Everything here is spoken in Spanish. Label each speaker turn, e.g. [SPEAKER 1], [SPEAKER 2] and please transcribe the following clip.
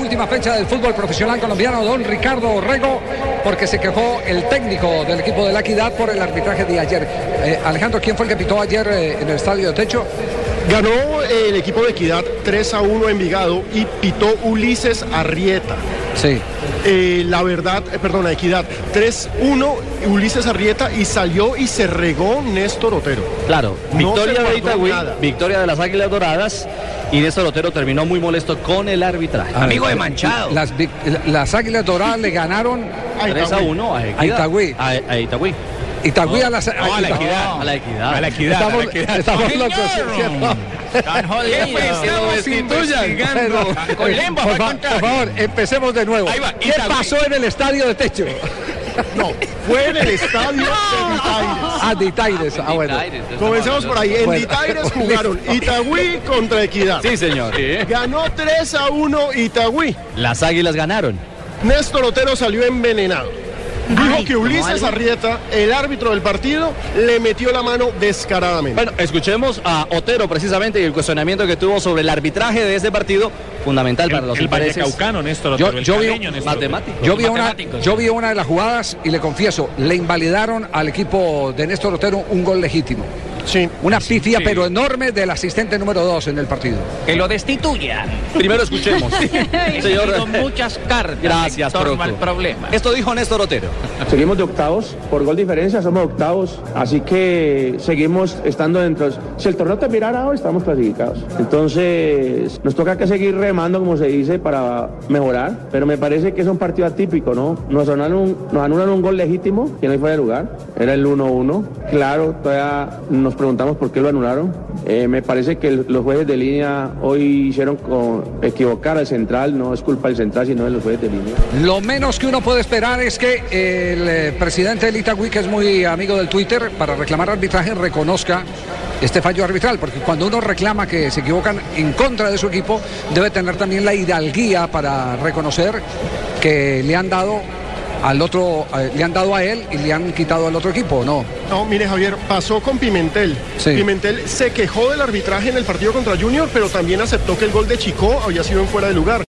[SPEAKER 1] última fecha del fútbol profesional colombiano, don Ricardo Orrego, porque se quejó el técnico del equipo de la Equidad por el arbitraje de ayer. Eh, Alejandro, ¿quién fue el que pitó ayer eh, en el estadio de Techo?
[SPEAKER 2] Ganó el equipo de Equidad 3 a 1 en Vigado y pitó Ulises Arrieta.
[SPEAKER 1] Sí.
[SPEAKER 2] Eh, la verdad, eh, perdón, la equidad. 3-1, Ulises Arrieta y salió y se regó Néstor Otero.
[SPEAKER 3] Claro,
[SPEAKER 2] No
[SPEAKER 3] victoria
[SPEAKER 2] se
[SPEAKER 3] de
[SPEAKER 2] guardó
[SPEAKER 3] Itagüí,
[SPEAKER 2] nada.
[SPEAKER 3] victoria de las Águilas Doradas y Néstor Otero terminó muy molesto con el arbitraje.
[SPEAKER 1] Amigo de Manchado. Las, vic- las Águilas Doradas le ganaron
[SPEAKER 3] 3 a 1 a Equidad.
[SPEAKER 1] A Itagüí.
[SPEAKER 3] A, a Itagüí.
[SPEAKER 1] Itagüí a las...
[SPEAKER 4] No, a la
[SPEAKER 1] Itagüí.
[SPEAKER 4] equidad.
[SPEAKER 3] A la Equidad.
[SPEAKER 4] A la equidad.
[SPEAKER 1] Estamos-
[SPEAKER 4] a la equidad.
[SPEAKER 1] estamos
[SPEAKER 4] No,
[SPEAKER 1] locos,
[SPEAKER 4] señor.
[SPEAKER 1] ¿cierto?
[SPEAKER 4] Tan jodido.
[SPEAKER 1] Bueno, eh,
[SPEAKER 4] Con Lemba
[SPEAKER 1] por,
[SPEAKER 4] fue
[SPEAKER 1] fa-
[SPEAKER 4] contrario.
[SPEAKER 1] por favor, empecemos de nuevo.
[SPEAKER 4] Ahí va,
[SPEAKER 1] ¿Qué
[SPEAKER 4] Itagüí.
[SPEAKER 1] pasó en el estadio de Techo?
[SPEAKER 2] No, fue en el estadio de Vitaires.
[SPEAKER 1] Ah, de Itaires. Ah, bueno.
[SPEAKER 2] Comencemos por ahí. En
[SPEAKER 1] Bueno.
[SPEAKER 2] Vitaires jugaron Itagüí contra Equidad.
[SPEAKER 3] Sí, señor.
[SPEAKER 2] Ganó 3 a 1 Itagüí.
[SPEAKER 3] Las Águilas ganaron.
[SPEAKER 2] Néstor Otero salió envenenado. Dijo que Ulises Arrieta, el árbitro del partido, le metió la mano descaradamente.
[SPEAKER 3] Bueno, escuchemos a Otero precisamente y el cuestionamiento que tuvo sobre el arbitraje de ese partido, fundamental para los
[SPEAKER 5] el
[SPEAKER 3] intereses.
[SPEAKER 5] vallecaucano, Néstor
[SPEAKER 3] Yo-
[SPEAKER 5] Otero, el
[SPEAKER 3] yo vi un
[SPEAKER 5] caleño, Néstor Otero.
[SPEAKER 3] matemático.
[SPEAKER 1] Yo vi, una, yo vi una de las jugadas y le confieso, le invalidaron al equipo de Néstor Otero un gol legítimo.
[SPEAKER 2] Sí.
[SPEAKER 1] Una pifia pero enorme del asistente número 2 en el partido.
[SPEAKER 6] Que lo destituyan.
[SPEAKER 3] Primero escuchemos. Señor,
[SPEAKER 6] Señor, muchas cartas.
[SPEAKER 3] gracias,
[SPEAKER 6] en torno
[SPEAKER 3] Proco.
[SPEAKER 6] al problema.
[SPEAKER 3] Esto dijo Néstor Otero.
[SPEAKER 7] Seguimos de octavos, por gol diferencia somos octavos, así que seguimos estando dentro. Si el torneo terminara hoy, estamos clasificados. Entonces, nos toca que seguir remando, como se dice, para mejorar, pero me parece que es un partido atípico, ¿no? Nos anulan un, nos anulan un gol legítimo que no fue de lugar, era el 1-1. Claro, todavía nos preguntamos por qué lo anularon. Eh, me parece que el- los jueces de línea hoy hicieron con- equivocar al central, no es culpa del central, sino de los jueces de línea.
[SPEAKER 1] Lo menos que uno puede esperar es que el eh, presidente del Itagüí, que es muy amigo del Twitter, para reclamar arbitraje reconozca este fallo arbitral, porque cuando uno reclama que se equivocan en contra de su equipo, debe tener también la hidalguía para reconocer que le han dado al otro, eh, le han dado a él y le han quitado al otro equipo, ¿no?
[SPEAKER 2] No, mire Javier, pasó con Pimentel.
[SPEAKER 1] Sí.
[SPEAKER 2] Pimentel se quejó del arbitraje en el partido contra Junior, pero también aceptó que el gol de Chicó había sido en fuera de lugar.